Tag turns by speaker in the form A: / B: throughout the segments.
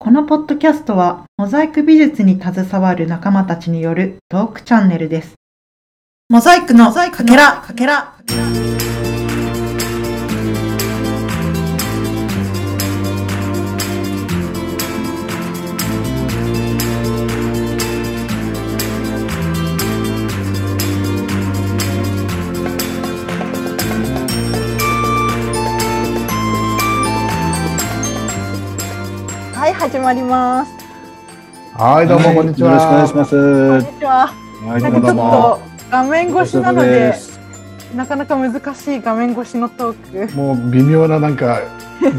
A: このポッドキャストは、モザイク美術に携わる仲間たちによるトークチャンネルです。モザイクのかけら、かけら。はい、始まります。
B: はい、どうも、こんにちは。。
C: よろしくお願いしますす。
A: こん
C: は
A: にちは。
C: い、
A: なん
C: どう
A: か
C: も
A: ちょ
C: どう
A: っ
C: も。
A: と画面越しなの
C: お疲れ様
A: で、
C: す。
A: なかなか難しい画面越しのトーク。
B: もう微妙な、なんか、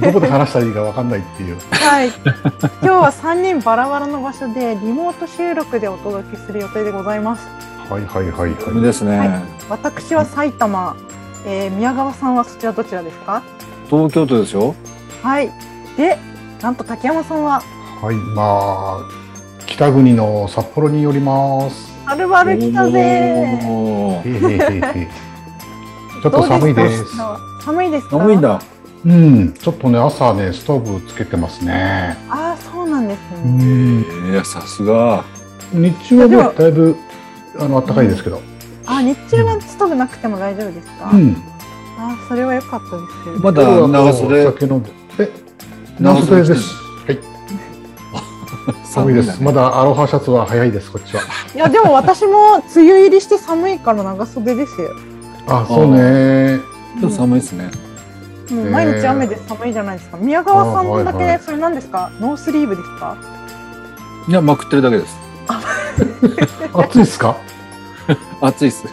B: どこで話したらいいかわかんないっていう。
A: はい。 今日は3人バラバラの場所でリモート収録でお届けする予定でございます。
B: はい、はい、はい、
C: これ
B: は。
C: ですね、
A: は私は埼玉、えー宮川さんはそちらどちらですか
C: 東京都ですよ。
A: はい。で、なんと竹山さんはい
B: はい、まあ、北国の札幌によります。
A: はるばる来たぜー
C: お
B: へ
C: ー
B: へへへ。ちょっと寒いです
A: どうか寒いですか
C: 寒いんだ。
B: うん、ちょっとね、朝ね、ストーブつけてますね。
A: ああそうなんです
B: う
A: ね、
B: ん、
C: いや、さすが。
B: 日中はね、だいぶ、あの、暖かいですけど。
A: あ日中はストーブなくても大丈夫ですか、
B: うん、
A: あーそれは良かったです、
C: まだ長
B: お
C: 袖。
B: 酒飲んで。え、長袖です。はい、寒いで
C: だ
B: す。
C: ね
B: ま。だアロハシャツは早いです、こっちは。
A: いやでも私も梅雨入りして寒いから長袖ですよ、
B: あ、そうね。
C: ちょっと寒いですね。
A: もう毎日雨で寒いじゃないですか宮川さんのだ
B: あーはいは
A: け
B: い
A: それなんですかノースリーブですか
C: いや、まくってるだけです。
B: 暑いですか。
C: 暑いっす。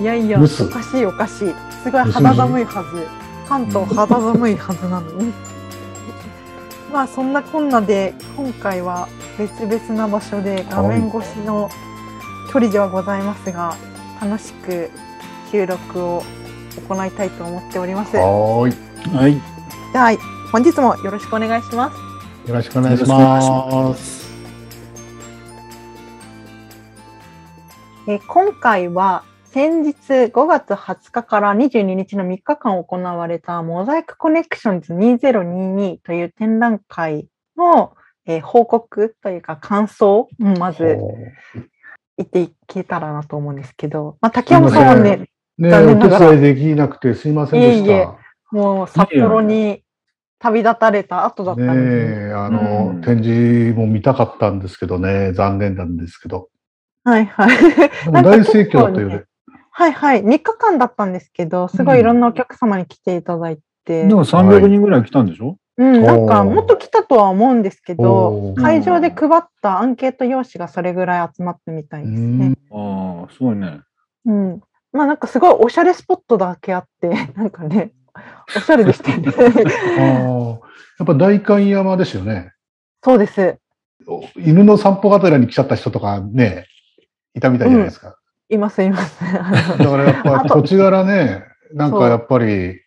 A: いやいや
B: ムス
A: おかしいおかしいすごい肌寒いはず関東肌寒いはずなのに まあそんなこんなで今回は別々な場所で画面越しの距離ではございますが楽しく収録を行いたいと思っておりますは
B: はーい。
C: はい。
A: い本日もよろしくお願いします
B: よろしくお願いし
C: よ
B: ます。
A: えー今回は先日5月20日から22日の3日間行われたモザイクコネクションズ2022という展覧会の、えー報告というか感想をまず言っていけたらなと思うんですけど、まあ、竹山さんは
B: すいま
A: ね、
B: ねえ、
A: 残
B: お
A: 念ながら
B: 手伝いできなくてすいませんでし
A: いえいえ
B: た。
A: もう札幌に旅立たれた後だったんですね。
B: ねえ、あの、
C: うん
B: 展示も見たかったんですけどね、残念なんですけど。
A: はいはい。
B: で
A: な
B: も
A: んか
B: 大盛況だった
A: 結構
B: よ
A: ね
B: ね。
A: はいはい。3日間だったんですけど、すごいいろんなお客様に来ていただいて。
C: でも三百人ぐらい来たんでしょ。
A: うん、なんか
B: おー
A: もっと来たとは思うんですけど
B: お、ー
A: 会場で配ったアンケート用紙がそれぐらい集まったみたいですね。
C: ああ、すごいね。
A: うん。まあなんかすごいおしゃれスポットだけあって、 なんかね、おしゃれでしたよね。
B: あーやっぱ代官山ですよね。
A: そうです。
B: お犬の散歩がてらに来ちゃった人とかね、いたみたいじゃないですか。
A: いますいます。あ
B: だからやっぱ
A: あと
B: 土地柄ね、なんかやっぱり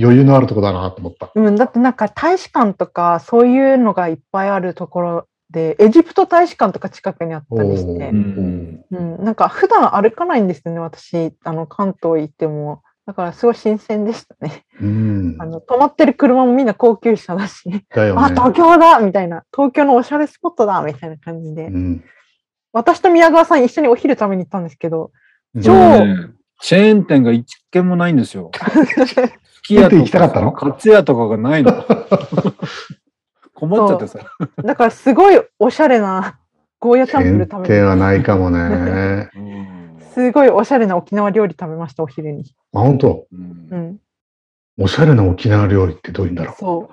B: 余裕のあるとこだなと思った。
A: のうん、だってなんか大使館とかそういうのがいっぱいあるところで、エジプト大使館とか近くにあったりし
B: お
A: て
B: ー、
A: うん、なんか普段歩かないんですよね、私、あの関東行っても。だからすごい新鮮でしたね。
B: うん
A: あ。の止まってる車もみんな高級車だし、
B: だよ
A: あ、
B: ね。
A: 東京だみたいな、東京のおしゃれスポットだみたいな感じで、
B: うん
A: 私と宮川さん一緒にお昼食べに行ったんですけど、
B: うん
A: 超
C: もうねチェーン店が一軒もないんですよ。すき家
B: 出て行
C: と
B: きたかったの
C: か、かつやとかがない の。困っちゃってさ。
A: だからすごいおしゃれなゴーヤチャンプル食
B: 限
A: べ
B: 定
A: て、
B: はないか もね。
C: うん
A: すごいおしゃれな沖縄料理食べました、お昼に。
B: あ、本当。
C: うん
A: うん、
B: おしゃれな沖縄料理ってどういうんだろ
A: そ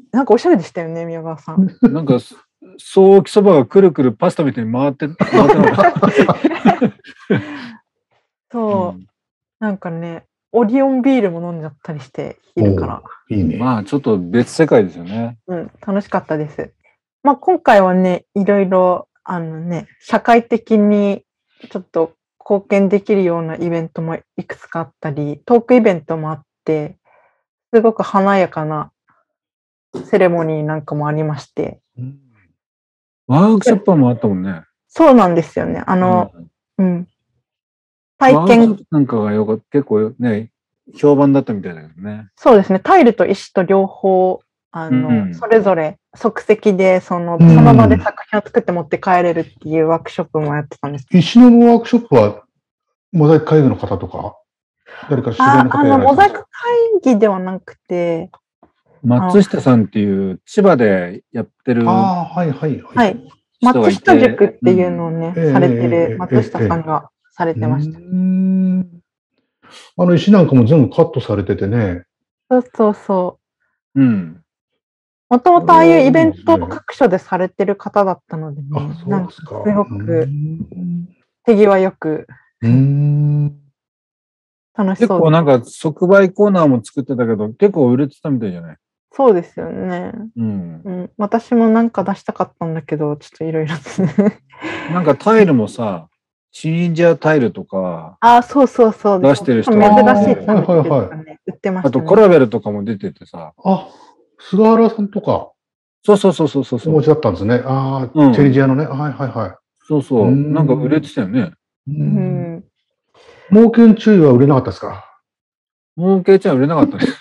A: う。なんかおしゃれでしたよね、宮川さん。
C: なんか、そソーキそばがくるくるパスタみたいに回って、 回ってなかった。
A: そう、なんかね、オリオンビールも飲んじゃったりして、昼から。
B: う。いいね。
C: まあ、ちょっと別世界ですよね。
A: うん、楽しかったです。まあ、今回はね、いろいろ、あのね、社会的にちょっと貢献できるようなイベントもいくつかあったり、トークイベントもあって、すごく華やかなセレモニーなんかもありまして、
B: うん
C: ワークショップもあったもんね。
A: そうなんですよね。あ
C: あ
A: の、、うん。
C: 体
A: 体
C: 験
A: 験、
C: なんかがよかった。結構ね、評判だったみたいだけどね。
A: そうですね、タイルと石と両方、あの、
C: うん
A: それぞれ即席でその、
B: うん
A: その場で作品を作って持って帰れるっていうワークショップもやってたんです。
B: 石野のワークショップは、モザイク会議の方とか、誰か知り合い
A: ああ
B: の、方やら
A: の、
B: れて
A: モザイ
B: ます
A: ク会議ではなくて、
C: 松下さんっていう千葉でやってる人
B: ああ、はいはいはい。
A: はい
C: が
A: 松
C: いて。
A: 下塾っていうのをね、
B: うん
A: されて
B: ええええ
A: る松下さんがされてました。
B: うーんあの石なんかも全部カットされててね。
A: そうそうそう。
C: うん。
A: もともとああいうイベントを各所でされてる方だったのでね、
B: あ、そ
A: な
B: うんで
A: か
B: すか。
A: すごく
B: うーん
A: 手際よく
B: うーん。
A: 楽し
C: 結
A: そう
C: 構
A: で。
C: なんか即売コーナーも作ってたけど、結構売れてたみたいじゃない
A: そうですよね。
C: うん
A: う。ん、私もなんか出したかったんだけど、ちょっといろいろですね。
C: なんかタイルもさ、シニンジャータイルとか、
A: ああ、そうそうそう。
C: 出してる人
A: 珍しいタイプっていうかね、
B: はいはい
A: 売ってました、ね。
C: あとコラベルとかも出ててさ、
B: あ、菅原さんとか
C: そうそうそうそうそう
B: お
C: そ
B: 持
C: う。
B: ちだったんですね。ああ、
C: うん
B: チェニジアのね。はいはいは
C: そうそうう。
B: ん
C: なんか売れてたよね。
A: う
B: い。う。
A: んん。
B: 猛犬注意は売れなかったですか
C: もうけいちゃん売れなかったね。
A: ち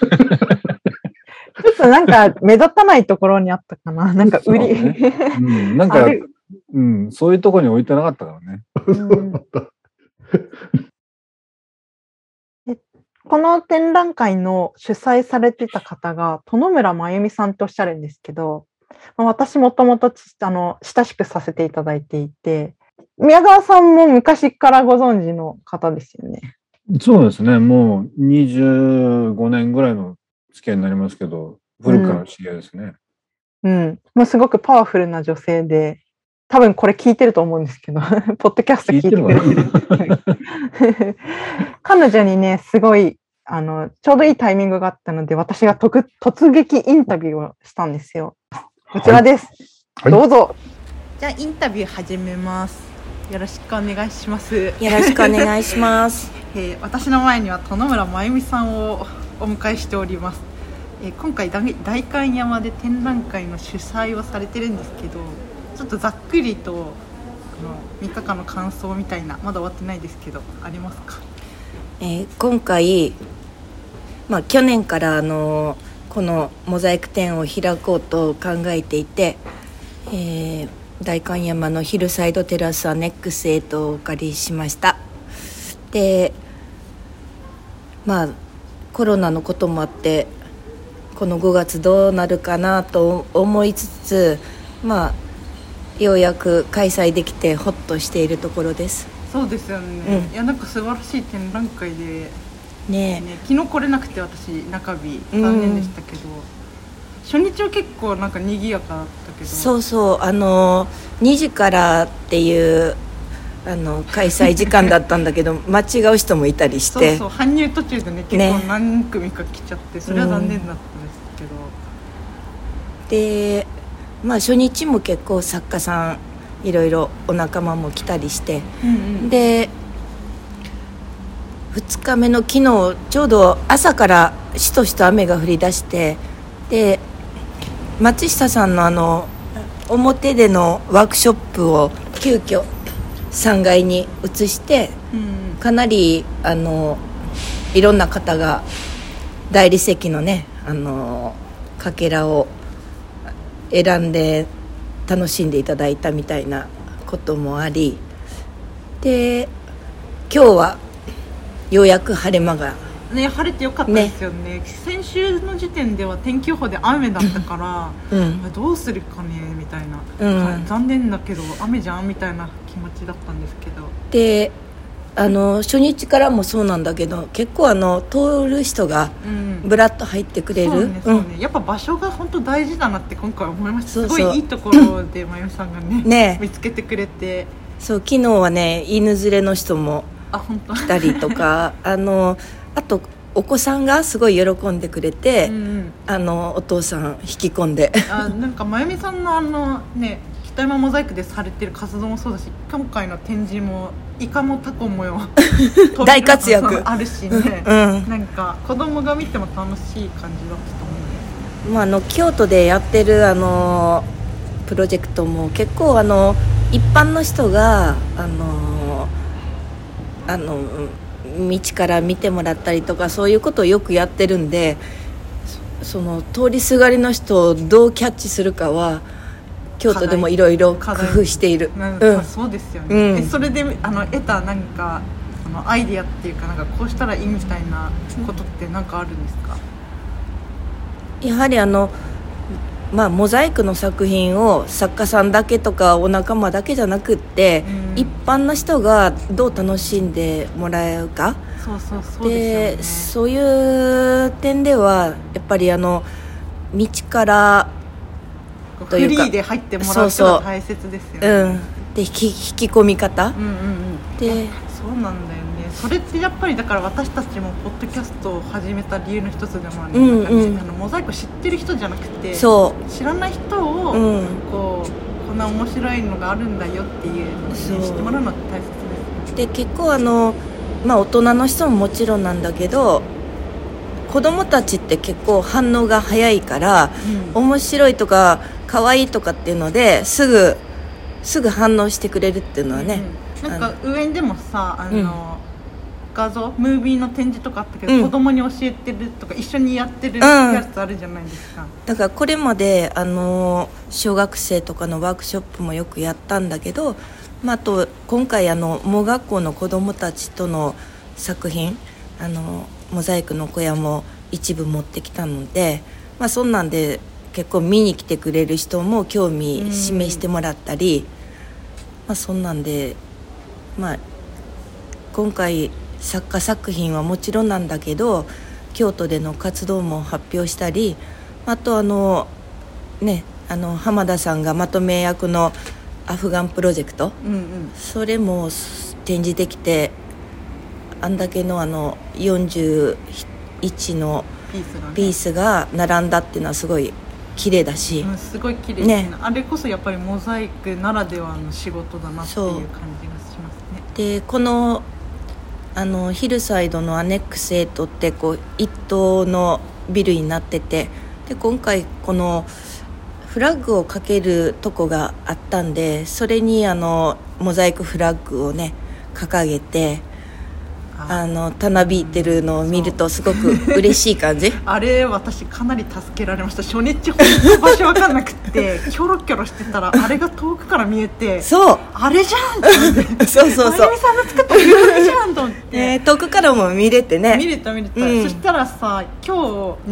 A: ょっとなんか目立たないところにあったかな。なんか売り。
C: そう うん。なんか
A: あ、る
C: うん。そういうとこに置いてなかったからね。
A: うん えこの展覧会の主催されてた方が殿村真由美さんとおっしゃるんですけど、まあ私もともとちあの親しくさせていただいていて宮川さんも昔からご存知の方ですよね。
C: そうですね。もう25年ぐらいの付き合いになりますけど、古くからの知り合いですね。
A: うん、もうすごくパワフルな女性で多分これ聞いてると思うんですけど ポッドキャスト聞いてくれてる彼女にね、すごい、あの、ちょうどいいタイミングがあったので、私がとく突撃インタビューをしたんですよ。こちらです。
B: はい
A: どうぞ。じゃあ、インタビュー始めます。よろしくお願いします。
D: よろしくお願いします。
A: えー私の前には殿村真由美さんをお迎えしております、えー今回大代官山で展覧会の主催をされてるんですけどちょっとざっくりとこの3日間の感想みたいなまだ終わってないですけどありますか
D: えー今回、まあ、去年からあのこのモザイク展を開こうと考えていて、えー、代官山のヒルサイドテラスアネックス8をお借りしましたでまあコロナのこともあってこの5月どうなるかなと思いつつまあようやく開催できてホッとしているところです
E: そうですよね、
D: うん
E: いやなんか素晴らしい展覧会で、ね、
D: ねえ
E: 昨日来れなくて私中日
D: うん
E: 残念でしたけど、初日は結構なんか賑やかだったけど
D: そうそうあの2時からっていうあの開催時間だったん だけど間違う人もいたりし
E: そう
D: て
E: そう搬入途中でね結
D: ね
E: 構何組か来ちゃってそれは残念だったんですけど、
D: で、まあ、初日も結構作家さんいろいろお仲間も来たりしてで2日目の昨日ちょうど朝からしとしと雨が降り出してで松下さんのあの表でのワークショップを急遽3階に移して
E: うん
D: かなりあのいろんな方が大理石のねあのかけらを選んで楽しんでいただいたみたいなこともありで今日はようやく晴れ間が
E: うんね、晴れてよかったですよね先週の時点では天気予報で雨だったから
D: う
E: あ
D: ん
E: どうするかねみたいな、
D: うん
E: 残念だけど雨じゃんみたいな気持ちだったんですけど
D: であの初日からもそうなんだけど結構あの通る人が
E: うん
D: ぶらっと入ってくれる
E: そうね
D: う
E: そうんね、やっぱ場所が本当大事だなって今回思いました
D: そうそう
E: すごいいいところでまゆみさんがね
D: ねえ
E: 見つけてくれて
D: そう昨日はね犬連れの人も
E: あ本当
D: ったりとか あのあとお子さんがすごい喜んでくれて、
E: うんうん
D: あのお父さん引き込んで
E: あなんかまゆみさんのあのね北山モザイクでされてる活動もそうだし今回の展示もイカもタコもよ
D: 大活躍
E: 飛び出すのあるしね
D: う、ん、
E: なんか子供が見ても楽しい感じだったと思う
D: まあ、あの京都でやってるあのプロジェクトも結構あの一般の人があのあの道から見てもらったりとかそういうことをよくやってるんでその通りすがりの人をどうキャッチするかは京都でもいろいろ工
A: 課題
D: 夫している、
A: なん
D: うん
A: かそうですよ
D: うん
A: ね、えそれであの得た何かそのアイディアっていうかなんかこうしたらいいみたいなことって何かあるんですか、
D: やはりあの、まあ、モザイクの作品を作家さんだけとかお仲間だけじゃなくって、
A: うん
D: 一般の人がどう楽しんでもらえるか
A: そうそうそう
D: で
A: ですよね
D: そういう点ではやっぱりあの道から、
A: こう
D: と
A: フ
D: いう
A: リ
D: か
A: ーで入ってもらう人が大切ですよ
D: う
A: ね
D: ん、で引き引き込み方
A: うんうんうん
D: で
A: そうなんだよねそれってやっぱりだから私たちもポッドキャストを始めた理由の一つでもある
D: うんうん
A: なんかねあのモザイク知ってる人じゃなくて
D: そ
A: 知らない人を、
D: う、うん、
A: こうこんな面白いのがあるんだよっていうのをね
D: そう
A: 知ってもらうのって大切です
D: で結構あの、まあ、大人の人ももちろんなんだけど子供たちって結構反応が早いから面白いとか可愛いとかっていうのですぐすぐ反応してくれるっていうのはね、
A: うんなんか上にでもさあの、画像ムービーの展示とかあったけど、
D: うん
A: 子供に教えてるとか一緒にやってる
D: ん
A: やつあるじゃないですか、
D: だからこれまであの小学生とかのワークショップもよくやったんだけど、まあ、あと今回あの盲学校の子どもたちとの作品あのモザイクの小屋も一部持ってきたので、まあ、そんなんで結構見に来てくれる人も興味示してもらったり、まあ、そんなんで、まあ、今回作家作品はもちろんなんだけど京都での活動も発表したりあとあのねあの浜田さんがまとめ役のアフガンプロジェクト
A: うんうん
D: それも展示できてあんだけのあの41の
A: ピースがね
D: ピースが並んだっていうのはすごい綺麗だし、
A: うん、すごい綺麗ですね
D: ね
A: あれこそやっぱりモザイクならではの仕事だなって
D: そう
A: いう感じがしますね
D: でこのあのヒルサイドのアネックス8ってこう一棟のビルになっててで今回このフラッグをかけるとこがあったんでそれにあのモザイクフラッグをね掲げてあのたなびいてるのを見るとすごく嬉しい感 じ
A: あれ私かなり助けられました初日本 当場所分かんなくってキョロキョロしてたらあれが遠くから見えて
D: そう
A: あれじゃんって思って
D: そう そうそ
A: ま
D: う
A: ゆみ、さんの作った曲あれじゃんと思って、
D: ね、遠くからも見れてね
A: 見れた見れた、
D: うん
A: そしたらさ今日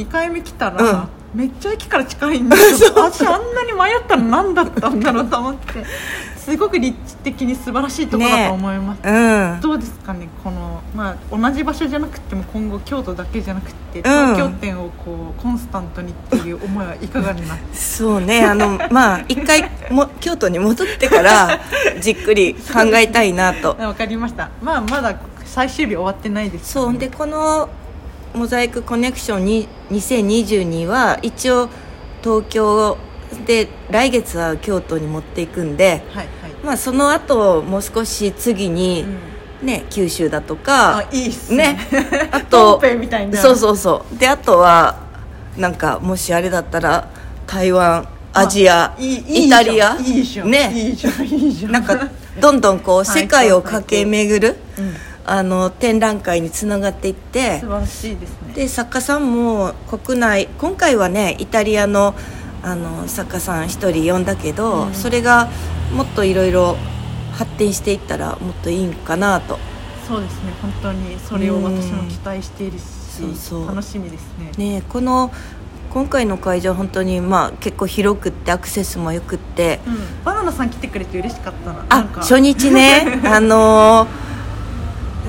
A: 2回目来た
D: うん
A: ら、めっちゃ駅から近いんだ けど私あんなに迷ったの何だったんだろうと思ってすごく立地的に素晴らしいところだと思います、
D: うん
A: どうですかねこの、まあ、同じ場所じゃなくても今後京都だけじゃなくて東京店をこうコンスタントにっていう思いはいかがになって
D: そうねあのまあ一回も京都に戻って からじっくり考えたいなと
A: わかりましたまあまだ最終日終わってないです
D: そうでこの「モザイクコネクションに2022」は一応東京で来月は京都に持っていくんで
A: はいはい、
D: まあその後もう少し次に
A: うん、
D: ね九州だと
A: あ
D: か
A: いいっす
D: ね
A: ね
D: あ
A: ト
D: と
A: ンペイみたいな
D: そうそうそうであとはなんかもしあれだったら台湾アジア
A: いいいい
D: イタリア
A: いいじゃん
D: ね
A: いいじゃんいいじゃん
D: なんかどんどんこう
A: はい
D: 世界を駆け巡る
A: うん
D: あの展覧会につながっていって
A: 素晴らしいですね
D: で作家さんも国内今回はねイタリアのあの作家さん一人呼んだけど、
A: うん
D: それがもっといろいろ発展していったらもっといいんかなと
A: そうですね本当にそれを私も期待しているし、
D: うんそうそう
A: 楽しみですね
D: ねこの今回の会場本当にまあ結構広くってアクセスもよくって
A: うん、バナナさん来てくれて嬉しかったなな
D: あ
A: んか
D: 初 日ねあのー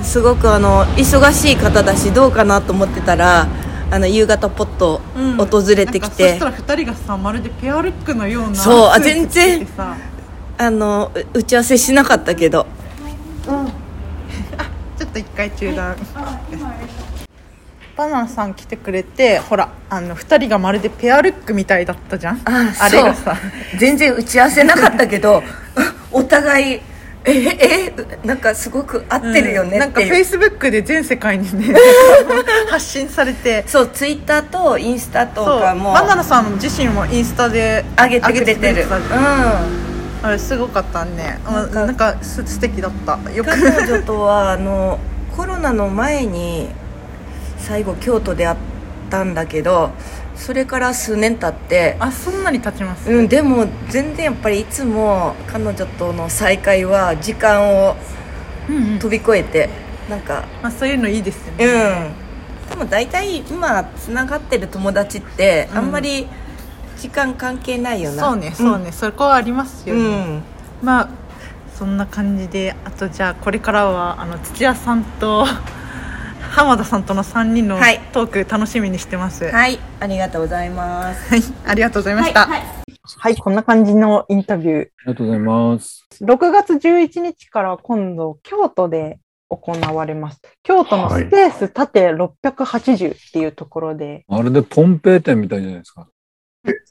D: すごくあの忙しい方だしどうかなと思ってたらあの夕方ポッと
A: うん
D: 訪れてき
A: なん
D: て、
A: かそしたら2人がさまるでペアルックのような
D: そうあ
A: スーツ着ててさ
D: あのう打ち合わせしなかったけど
A: ちょっと一回中断バナナさん来てくれてほらあの2人がまるでペアルックみたいだったじゃん
D: あ
A: あれがさ
D: 全然打ち合わせなかったけど お互いええなんかすごく合ってるよね
A: な
D: っ
A: んか
D: ていう、
A: フェイスブックで全世界に ね発信されて
D: そうツイッターとインスタと
A: そう
D: かも
A: バナナさん自身もインスタで
D: 上げてくれてる、
A: 上げくれた
D: うん、
A: あれすごかったね
D: な
A: なんん
D: か
A: かなんかす素敵だったよく
D: 彼女とはあのコロナの前に最後京都で会ったんだけどそれから数年経って
E: あそんなに経ちます、
D: うん、でも全然やっぱりいつも彼女との再会は時間を
E: うんうん
D: 飛び越えてなんか
E: まあ、そういうのいいですよ
D: うん
E: ね、
D: でも大体今つながってる友達って
E: うん
D: あんまり時間関係ないよな、
E: そうねそうね、そこはありますよ
D: う
E: ね、
D: ん
E: まあそんな感じであとじゃあこれからはあの土屋さんと 浜田さんとの3人の
D: はい
E: トーク楽しみにしてます、はい
D: はいありがとうございます
E: ありがとうございました、
A: はい、こんな感じのインタビュー。
C: がとうございます。
A: 6月11日から今度、京都で行われます。京都のスペース縦680っていうところで、
C: まるでポンペイ店みたいじゃないですか。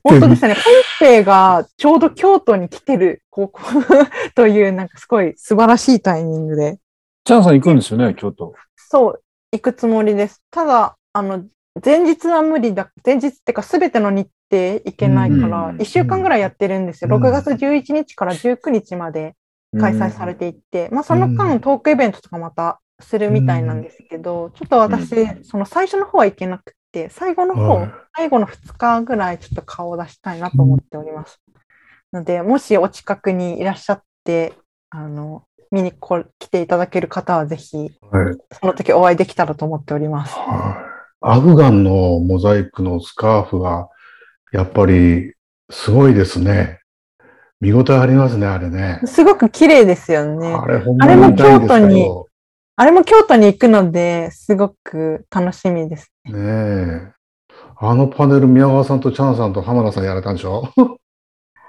A: 本当ですね、本生がちょうど京都に来てる高校 という、なんかすごい素晴らしいタイミングで、
C: チャンさん行くんですよね、京都。
A: そう、行くつもりです。ただ、あの、前日は無理だ、前日ってか全ての日程行けないから、
C: うん
A: 1週間ぐらいやってるんですよ。
C: うん
A: 6月11日から19日まで。開催されていって、まあ、その
C: う
A: 間
C: ん
A: トークイベントとかまたするみたいなんですけど、ちょっと私、
C: うん
A: その最初の方は行けなくて最後の方、
B: はい
A: 最後の2日ぐらいちょっと顔を出したいなと思っております、のでもしお近くにいらっしゃってあの見にこ来ていただける方はぜひ
B: はい。
A: その時お会いできたらと思っております
B: アフガンのモザイクのスカーフが、やっぱりすごいですね。見応えありますね、あれね。
A: すごく綺麗ですよね
B: あれ、ほん
A: あ
B: ま
A: れも
B: に見たいですけ
A: 京
B: ど
A: 都。あれも京都に行くのですごく楽しみです
B: ねえ。あのパネル、宮川さんとチャンさんと浜田さんやられたんでしょ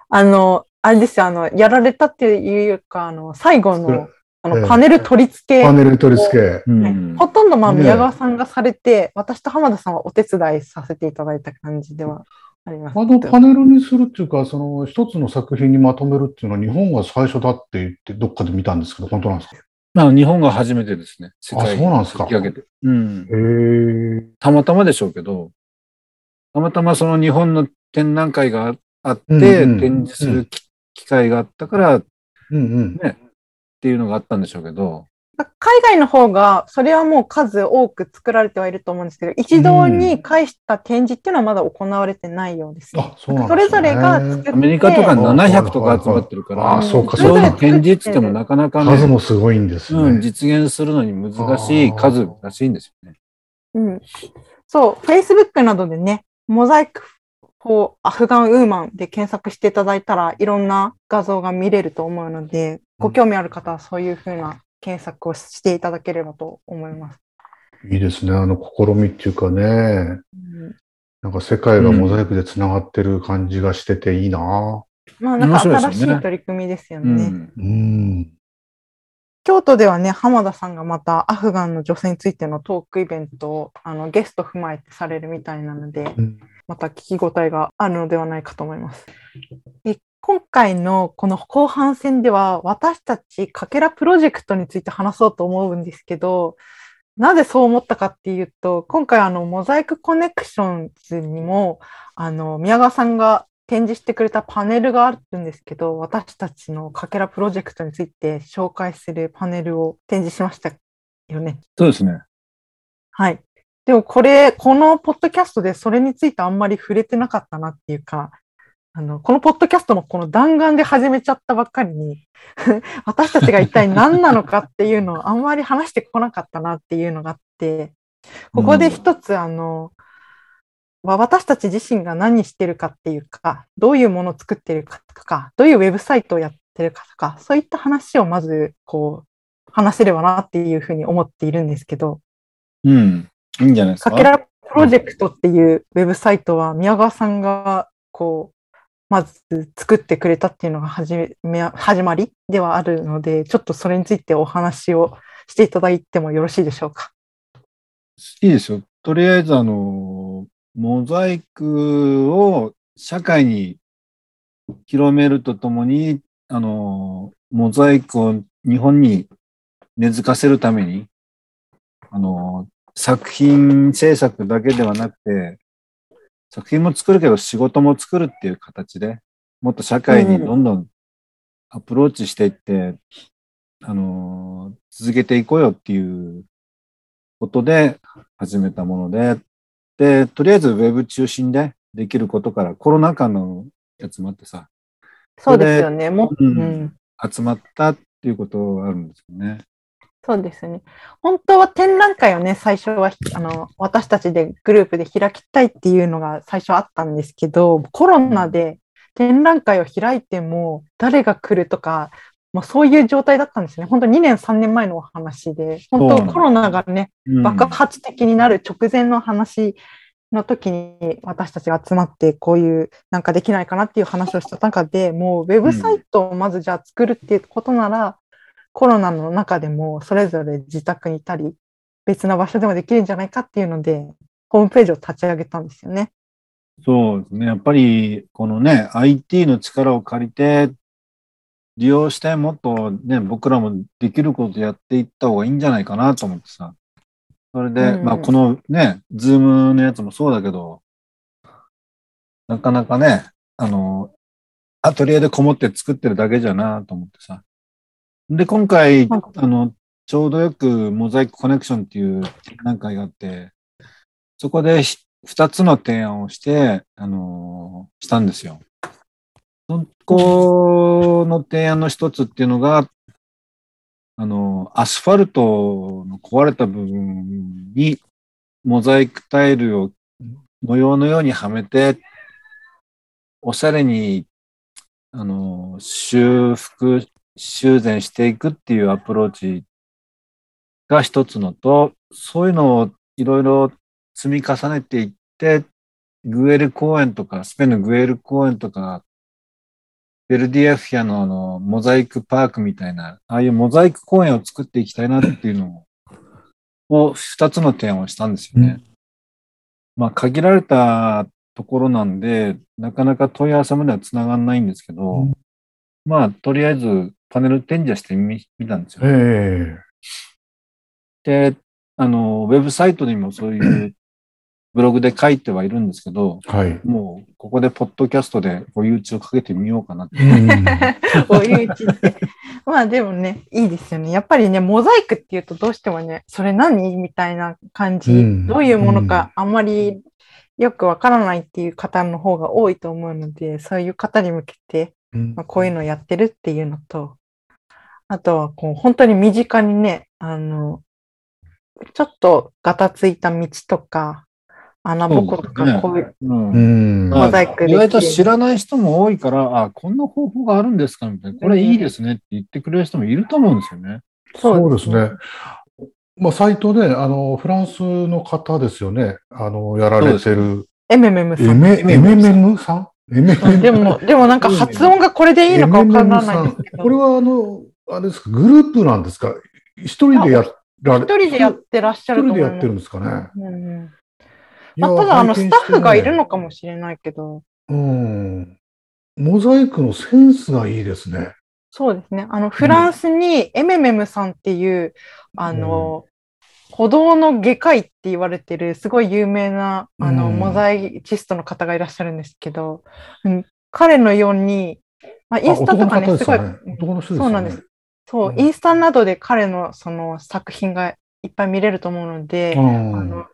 A: あの、あれですよ、あの、やられたっていうか、あの、最後
B: 作ら
A: の、あ
B: ええ
A: の、パネル取り付け、
B: パネル取り付け。
C: う
A: はい
C: ん。
A: ほとんどまあ、
B: ねえ
A: 宮川さんがされて、私と浜田さんはお手伝いさせていただいた感じではあります
B: あのパネルにするっていうか、その一つの作品にまとめるっていうのは日本が最初だって言ってどっかで見たんですけど、本当なんですかへ
C: まあ、日本が初めてですね。世界
B: あそうなんですか
C: 引き上げて。うん。
B: え。
C: たまたまでしょうけど、たまたまその日本の展覧会があって、
B: うんう
C: 展
B: ん
C: 示するき機会があったからっ
B: うんうん。
C: ていうのがあったんでしょうけど、
A: 海外の方が、それはもう数多く作られてはいると思うんですけど、一堂に会した展示っていうのはまだ行われてないようです。
B: あ、そうなん
A: そ
B: で
A: れ
B: すね
A: ぞれが作って、
C: アメリカとか
B: ね
C: 700とか集まってるか
B: あ
C: ら、
B: あ、そうか、
A: それ
B: そ
A: ぞ
B: う
A: れ
B: か
A: 作。
C: 展示っつってもなかなか
B: 数
C: ね、
B: もすごいんです
C: うん、
B: ね。
C: 実現するのに難しい数らしいんですよね。
A: うん。そう、Facebook などでね、モザイク for アフガンウーマンで検索していただいたらいろんな画像が見れると思うので、ご興味ある方はそういうふうな検索をしていただければと思います。
B: いいですね、あの試みっていうかね。
A: うん
B: なんか世界がモザイクで繋がってる感じがしてていいな。
A: まあなんか
C: 面白いですよ
A: 新
C: ね
A: しい取り組みですよ
C: う
A: ね。
C: ん。
B: うん。
A: 京都ではね、浜田さんがまたアフガンの女性についてのトークイベントをあのゲスト踏まえてされるみたいなので、
B: うん
A: また聞き応えがあるのではないかと思います。で今回のこの後半戦では私たちかけらプロジェクトについて話そうと思うんですけど、なぜそう思ったかっていうと、今回あのモザイクコネクションズにもあの宮川さんが展示してくれたパネルがあるんですけど、私たちのかけらプロジェクトについて紹介するパネルを展示しましたよね。
C: そうですね。
A: はい。でもこれ、このポッドキャストでそれについてあんまり触れてなかったなっていうか、あの、このポッドキャストもこの弾丸で始めちゃったばっかりに、 私たちが一体何なのかっていうのをあんまり話してこなかったなっていうのがあって、ここで一つ、あの、まあ私たち自身が何してるかっていうか、どういうものを作ってるかとか、どういうウェブサイトをやってるかとか、そういった話をまず、こう、話せればなっていうふうに思っているんですけど、
C: うん。いいんじゃないですか。
A: かけらプロジェクトっていうウェブサイトは宮川さんがこうまず作ってくれたっていうのが始め始まりではあるのでちょっとそれについてお話をしていただいてもよろしいでしょうか。
C: いいですよ。とりあえず、あの、モザイクを社会に広めるとともに、あの、モザイクを日本に根付かせるために、あの、作品制作だけではなくて、作品も作るけど仕事も作るっていう形で、もっと社会にどんどんアプローチしていって、あの、続けていこうよっていうことで始めたもので、で、とりあえずウェブ中心でできることから、コロナ禍のやつもあってさ、
A: そうですよね。もう、
C: うん
A: うん
C: 集まったっていうことはあるんですよね。
A: そうですね。本当は展覧会をね、最初は、あの、私たちでグループで開きたいっていうのが最初あったんですけど、コロナで展覧会を開いても、誰が来るとか、もうそういう状態だったんですね。本当2年、3年前のお話で、本
C: そうなん
A: 当
C: です
A: コロナがね、
C: うん
A: 爆発的になる直前の話の時に私たちが集まってこういうなんかできないかなっていう話をした中でもうウェブサイトをまずじゃあ作るっていうことなら、コロナの中でもそれぞれ自宅にいたり別な場所でもできるんじゃないかっていうのでホームページを立ち上げたんですよね。
C: そうですね。やっぱり、このね、IT の力を借りて、利用して、もっとね、僕らもできることやっていった方がいいんじゃないかなと思ってさ。それで、
A: うん
C: まあ、このね、ズームのやつもそうだけど、なかなかね、あの、アトリエでこもって作ってるだけじゃなと思ってさ。で、今回、
A: なんか
C: あの、ちょうどよくモザイクコネクションっていう何回があって、そこでひ二つの提案をして、あのーしたんですよ。そこの提案の一つっていうのが、あのーアスファルトの壊れた部分にモザイクタイルを模様のようにはめて、おしゃれに、あのー修復、修繕していくっていうアプローチが一つのと、そういうのをいろいろ積み重ねていって、グエル公園とか、スペインのグエル公園とか、ベルディアフィアのあの、モザイクパークみたいな、ああいうモザイク公園を作っていきたいなっていうのを、を二つの提案をしたんですよね。まあ、限られたところなんで、なかなか問い合わせまでは繋がんないんですけど、
B: うん
C: まあ、とりあえずパネル展示はしてみ見たんですよ。
B: ええ
C: で、あの、ウェブサイトにもそう いうブログで書いてはいるんですけど、
B: はい。
C: もうここでポッドキャストで追い打ちをかけてみようかなって。
A: お湯打ちって。まあでもね、いいですよね。やっぱりね、モザイクっていうとどうしてもね、それ何みたいな感じ、
B: うん
A: どういうものかあんまりよくわからないっていう方の方が多いと思うので、そういう方に向けて、
B: うん
A: まあ、こういうのをやってるっていうのと、あとはこう本当に身近にね、あの、ちょっとガタついた道とか、穴ぼこと
C: そうです
A: か、
C: ね
A: こういう
C: うん
B: うん
A: モザイクで
C: 意外と知らない人も多いから、あ、こんな方法があるんですかみたいな。これいいですねって言ってくれる人もいると思うんですよね。
B: そうですね。まあ、サイトで、あの、フランスの方ですよね。あの、やられてる。
A: MMM
B: エ
A: さん。
B: メ、エメメムさんエメメム
A: でも、でもなんか発音がこれでいいのかわからないですけど。
B: これはあの、あれですか、グループなんですか一人でやられ
A: 一人でやってらっしゃ
B: 一
A: ると思
B: 人で
A: い
B: や
A: ます。
B: ってるんですかね。
A: うんうん
B: い
A: ま
B: や
A: あ、ただ、あの、
B: 拝
A: ス
B: 見
A: タ
B: して
A: ッフがいるのかもしれないけど、
B: うん。モザイクのセンスがいいですね。
A: そうですね。あの、フランスにエメメムさんっていう、あの、歩道の外科医って言われてる、すごい有名な、あの、
B: うん
A: モザイチストの方がいらっしゃるんですけど、うん彼のように、まあ、インスタとか
B: あ
A: ね、すごい、
B: 男の方ですよね。男の人ですよね。
A: そうなんです。。そう、
B: うん
A: インスタなどで彼のその作品がいっぱい見れると思うので、あの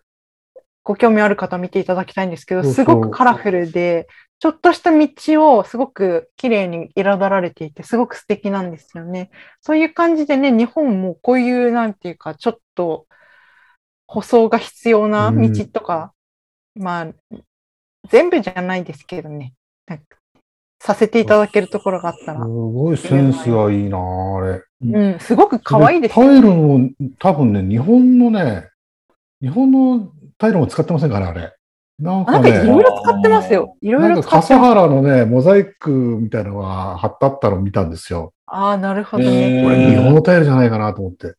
A: ご興味ある方は見ていただきたいんですけど、
B: そうそ
A: す
B: う
A: ごくカラフルで、ちょっとした道をすごく綺麗に彩られていて、すごく素敵なんですよね。そういう感じでね、日本もこういう、なんていうか、ちょっと舗装が必要な道とか、まあ、全部じゃないですけどね、なんかさせていただけるところがあった
B: す
A: ら、
B: ごいセンスがいいなあれ。
A: うん、すごく可愛いです
B: タ
A: よね。
B: イルも多分ね、日本のね、日本のタイルも使ってませんから、あれ。な
A: あ
B: ん
A: な
B: か
A: んかいろい
B: ね、
A: ろ使ってますよ。いろい
B: なん
A: ろ
B: か
A: 使って
B: 笠
A: ます。
B: 原のね、モザイクみたいなのが貼ってあったのを見たんですよ。
A: ああ、なるほどね。
C: へー
B: これ日本のタイルじゃないかなと思って。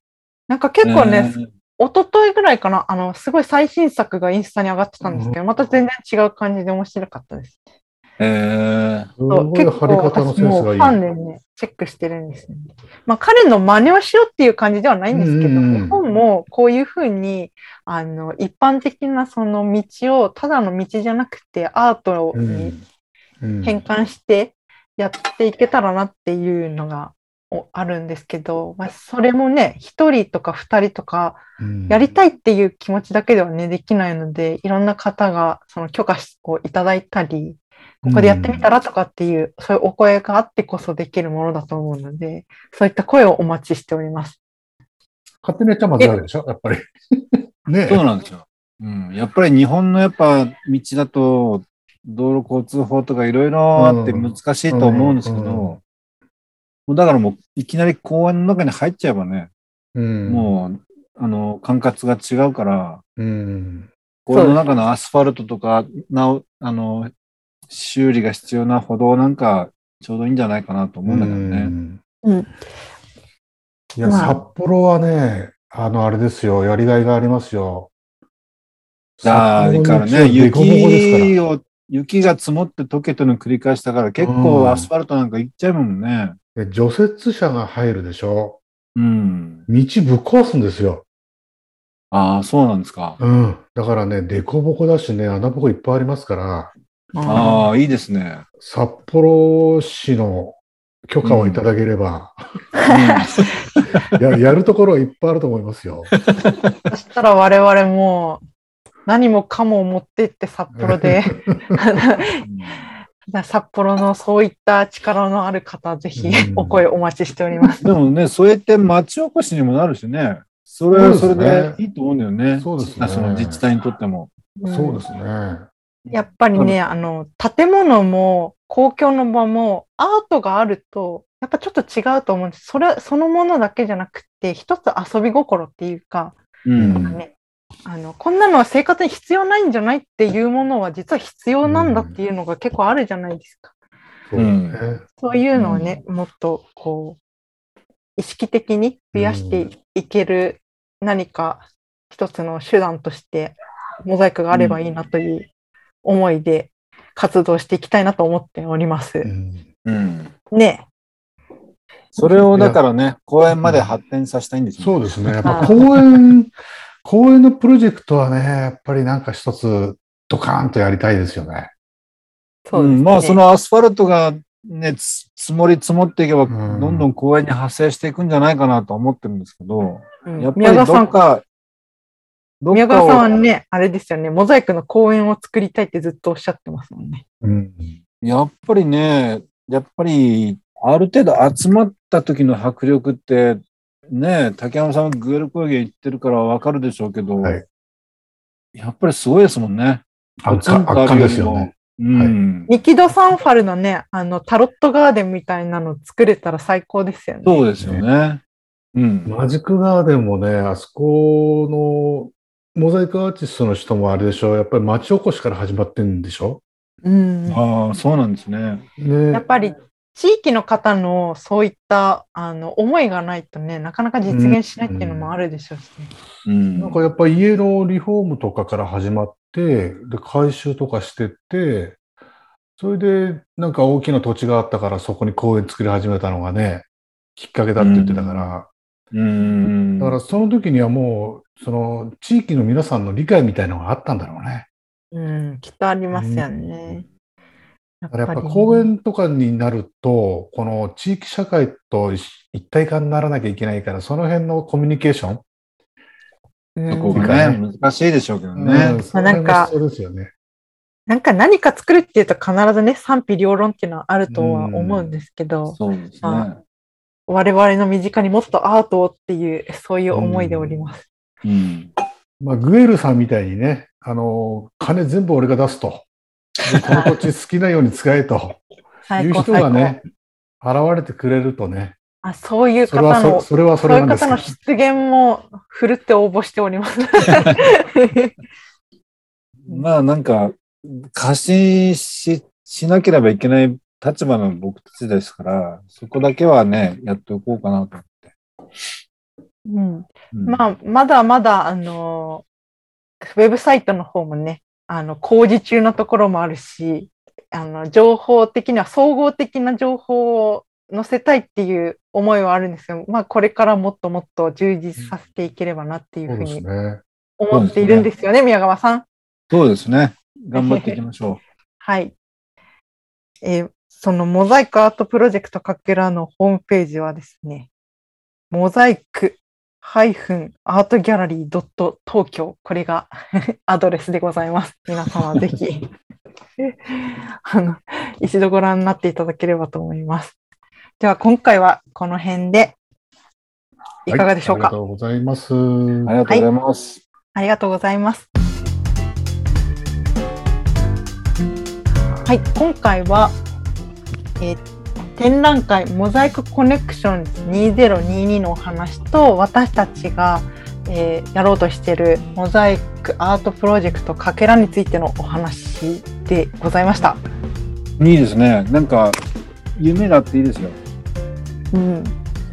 A: なんか結構ね、
C: うん
A: 一昨日ぐらいかな、あの、すごい最新作がインスタに上がってたんですけど、また全然違う感じで面白かったです。
C: えー
B: すごい貼り方のセンス
A: 私も
B: がいい。
A: ファンでね、チェックしてるんですね。まあ、彼の真似をしようっていう感じではないんですけど、
B: うん
A: 日本もこういうふうに、あの、一般的なその道を、ただの道じゃなくて、アート
B: う
A: に
B: んうん
A: 変換してやっていけたらなっていうのがおあるんですけど、まあ、それもね、一人とか二人とか、
B: うん
A: やりたいっていう気持ちだけではね、できないので、いろんな方がその許可をいただいたり、ここでやってみたらとかっていう、そういうお声があってこそできるものだと思うので、そういった声をお待ちしております。
B: 勝手にやっちゃまずいわけでしょや っぱり。ね
C: そうなんですよ。うん。やっぱり日本のやっぱ道だと、道路交通法とかいろいろあって難しいと思うんですけど、
B: うんうん
C: もうだからもういきなり公園の中に入っちゃえばね、
B: うん
C: もう、あの、管轄が違うから、
B: うん。
C: 公園の中のアスファルトとか、なお、あの、修理が必要な歩道なんか、ちょうどいいんじゃないかなと思うんだけどね。
A: うん。
B: いや、
A: まあ
B: 札幌はね、あの、あれですよ、やりがいがありますよ。
C: だあ、
B: 札幌の
C: から
B: 道は
C: ね、
B: 凸凹です
C: 雪を、雪が積もって溶けての繰り返しだから、結
B: うん
C: 構アスファルトなんか行っちゃうもんね。
B: から。で除雪車が入るでしょ
C: うん。
B: 道ぶっ壊すんですよ。
C: ああ、そうなんですか。
B: うん。だからね、凸凹だしね、穴ぼこいっぱいありますから、
A: まあ
C: ああ、いいです ね。
B: 札幌市の許可をいただければ、や やるところはいっぱいあると思いますよ。
A: そしたら我々も何もかも持ってって札幌 で、札幌のそういった力のある方、ぜひ
B: うん
A: お声お待ちしております。
C: でもね、そうやって町おこしにもなるしね。それはそ
B: そう
C: れ
B: ですね
C: でいいと思うんだよね。
B: そうですね
C: あその自治体にとっても。
B: そうですね。
A: やっぱりね、あの、建物も公共の場もアートがあると、やっぱちょっと違うと思うんです。それ、そのものだけじゃなくて、一つ遊び心っていうか、
C: う
A: なんか
C: ん。
A: ね、あの、こんなのは生活に必要ないんじゃないっていうものは実は必要なんだっていうのが結構あるじゃないですか。
B: そうですね。
A: そういうのをね、もっとこう、意識的に増やしていける何か一つの手段として、モザイクがあればいいなという思いで活動していきたいなと思っております。
B: うん
C: うん。
A: ね
C: それをだからね、公園まで発展させたいんですよ。
B: そうですね。やっぱ公園、公園のプロジェクトはね、やっぱりなんか一つドカーンとやりたいですよね。
A: そうですね。
C: ん。まあ、そのアスファルトがね、つ積もり積もっていけば、
B: うん
C: どんどん公園に発生していくんじゃないかなと思ってるんですけど、
A: うん、
C: やっぱ
A: 宮
C: りど
A: 川さ
C: っ
A: ん、
C: か、ど
A: 宮
C: っか
A: 川
C: を
A: さんはね、あれですよね、モザイクの公園を作りたいってずっとおっしゃってますもんね。
B: うん。
C: やっぱりね、やっぱり、ある程度集まった時の迫力って、ね、竹山さんはグエル高原行ってるからわかるでしょうけど、
B: はい
C: やっぱりすごいですもんね。
B: 圧巻、
C: ポツンとあ
B: 圧
C: る
B: 巻
C: よ
B: で
C: り
B: すよ
C: も
B: ね。
C: うん。
A: ニキドサンファルのね、あの、タロットガーデンみたいなの作れたら最高ですよね。
C: そうですよね。うん。
B: マジックガーデンもね、あそこのモザイクアーティストの人もあれでしょ、やっぱり町おこしから始まってんでしょ
A: うん。
C: ああ、そうなんですね。
B: ね。
A: やっぱり地域の方のそういったあの思いがないとね、なかなか実現しないっていうのもあるでしょうしね。
C: うん。
B: なんかやっぱり家のリフォームとかから始まって、で、改修とかしてって、それでなんか大きな土地があったからそこに公園作り始めたのがね、きっかけだって言ってたから、
C: うん。
B: だからその時にはもう、その地域の皆さんの理解みたいなのがあったんだろうね。
A: うん、きっとありますよね。
B: だからやっぱ公園とかになると、この地域社会と一一体化にならなきゃいけないから、その辺のコミュニケーション、
A: うん
C: そこがね、難しいでしょうけど
B: う
C: ね
B: ん。それ
A: なんか
B: がそうですよね。
A: なんか何か作るっていうと必ずね、賛否両論っていうのはあるとは思うんですけど、
C: そうですね
A: ま。我々の身近にもっとアートをっていう、そういう思いでおります。
C: うん。
B: まあ、グエルさんみたいにね、あの、金全部俺が出すと。でこの土地好きなように使え とい
A: 最
B: う
A: 高、
B: 人
A: 最
B: が
A: 高。
B: ね、現れてくれるとね、
A: あそういう
B: それ
A: 方
B: はそ
A: の、
B: それは
A: そ
B: そ
A: う
B: れ
A: い
B: な
A: うん
B: です
A: 方
B: け
A: の出
B: ど
A: 現も振るって応募しております。
C: まあなんか、過信し、しなければいけない立場の僕たちですから、そこだけはね、やっておこうかなと思って。
A: うん
C: うん
A: まあ、まだまだ、あのー、ウェブサイトの方もね、あの、工事中のところもあるし、あの、情報的には総合的な情報を載せたいっていう思いはあるんですけど、まあ、これからもっともっと充実させていければなっていう
B: そ
A: ふ
B: う
A: う
B: です
A: に
B: ね。
A: 思っているんですよね、宮川さん。
C: そうですね。頑張っていきましょ
A: はい。えーそのモザイクアートプロジェクトかけらのホームページはですね、モザイクハイフンアートギャラリー.東京、これが アドレスでございます。皆様ぜひ、 あの、一度ご覧になっていただければと思います。では今回はこの辺で、いかがでしょうか、
B: はいありがとうございます。
C: ありがとうございます。
A: ありがとうございます。はい、今回は、えー展覧会モザイクコネクション2022のお話と私たちが、えーやろうとしているモザイクアートプロジェクトかけらについてのお話でございました。
C: いいですね。なんか、夢があっていいですよ。
A: うん、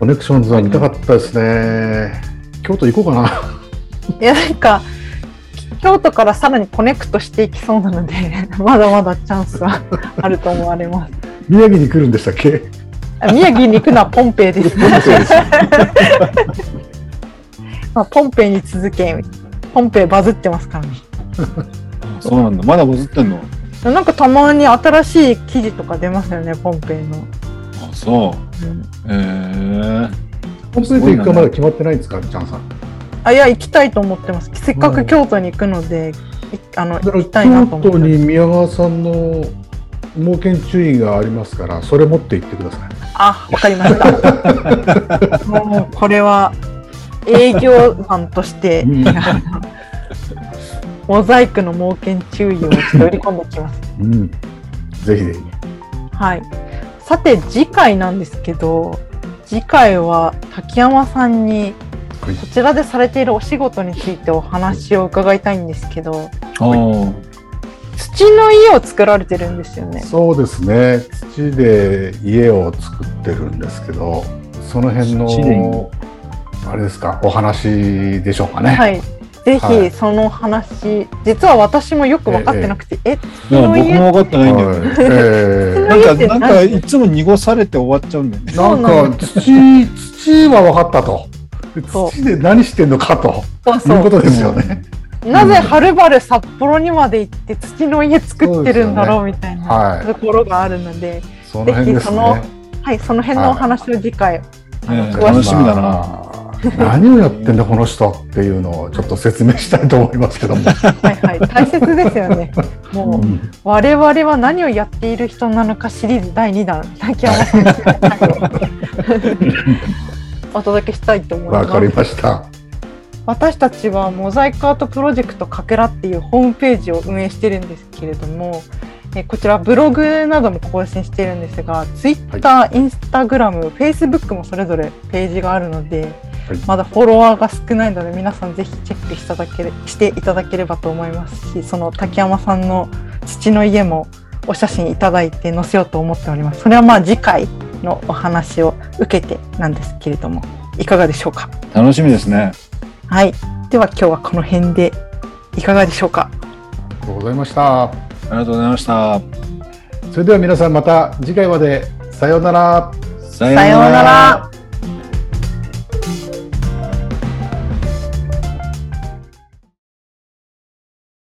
B: コネクションズは見たかったですね。京都行こうかな。
A: いやなんか京都からさらにコネクトしていきそうなので まだまだチャンスはあると思われます。
B: 宮城に来るんでしたっけ
A: あ宮城に行くのはポンペイです。 まあ、ポンペイに続け、ポンペイバズってますからね。
C: そうなんだ。まだバズってんの
A: なんかたまに新しい記事とか出ますよね、ポンペイの。
C: あ、そう。えー、
B: 本当に行くかまだ決まってないんですか、ちゃんさん。
A: あいや、行きたいと思ってます。せっかく京都に行くので、いあの行きたいなと思
B: 京都
A: って
B: に宮川さんの猛犬注意がありますから、それ持って行ってください。
A: あ、わかりました。 もう、これは営業マンとして、
B: うん
A: あのモザイクの猛犬注意をちょっと売り込んできます。
B: うん。ぜひぜひ。
A: はい。さて、次回なんですけど、次回は滝山さんに、
B: はい
A: こちらでされているお仕事についてお話を伺いたいんですけど、
C: あ
A: 土の家を作られてるんですよね。
B: そうですね。土で家を作ってるんですけど、その辺
C: 土で
B: の、あれですか、お話でしょうかね。
A: はい。ぜ
B: は
A: ひ
B: い
A: その話、実は私もよく分かってなくて、え
C: あ。なんか僕も分かってないんだよ。
B: はいえー
A: 土の家って
C: なんか、なんか、いつも濁されて終わっちゃうんだよ ね。
A: そ
B: な
A: うんなん
B: か土土は分かったと
A: そう
B: 土で何してんのかと
A: そう
B: いう
A: そ
B: ことですよね。
A: うなぜはるばる札幌にまで行って土の家作ってるんだろうみたい
B: は
A: ないところがあるので、
B: その辺ですね。
A: ぜはい、その辺のお話を次回、
C: ね
A: あの
C: 楽しみだな。
B: まあ何をやってんだこの人っていうのをちょっと説明したいと思いますけども。
A: はいはい、大切ですよ ね。もう、
B: うん
A: 我々は何をやっている人なのかシリーズ第2弾、滝山さんの お届けしたいと思い
B: わ
A: ます。
B: かりました。
A: 私たちはモザイクアートプロジェクトかけらっていうホームページを運営してるんですけれども、えこちらブログなども更新してるんですが、ツイッター、インスタグラム、フェイスブックもそれぞれページがあるので、
B: はい
A: まだフォロワーが少ないので皆さんぜひチェックしただけれしていただければと思いますし、その竹山さんの父の家もお写真いただいて載せようと思っております。それはまあ次回のお話を受けてなんですけれども、いかがでしょうか。
C: 楽しみですね。
A: はい。では今日はこの辺でいかがでしょうか。
B: ありがとうございました。
C: ありがとうございました。
B: それでは皆さんまた次回までさようなら。
A: さ
C: さ
A: ようなら。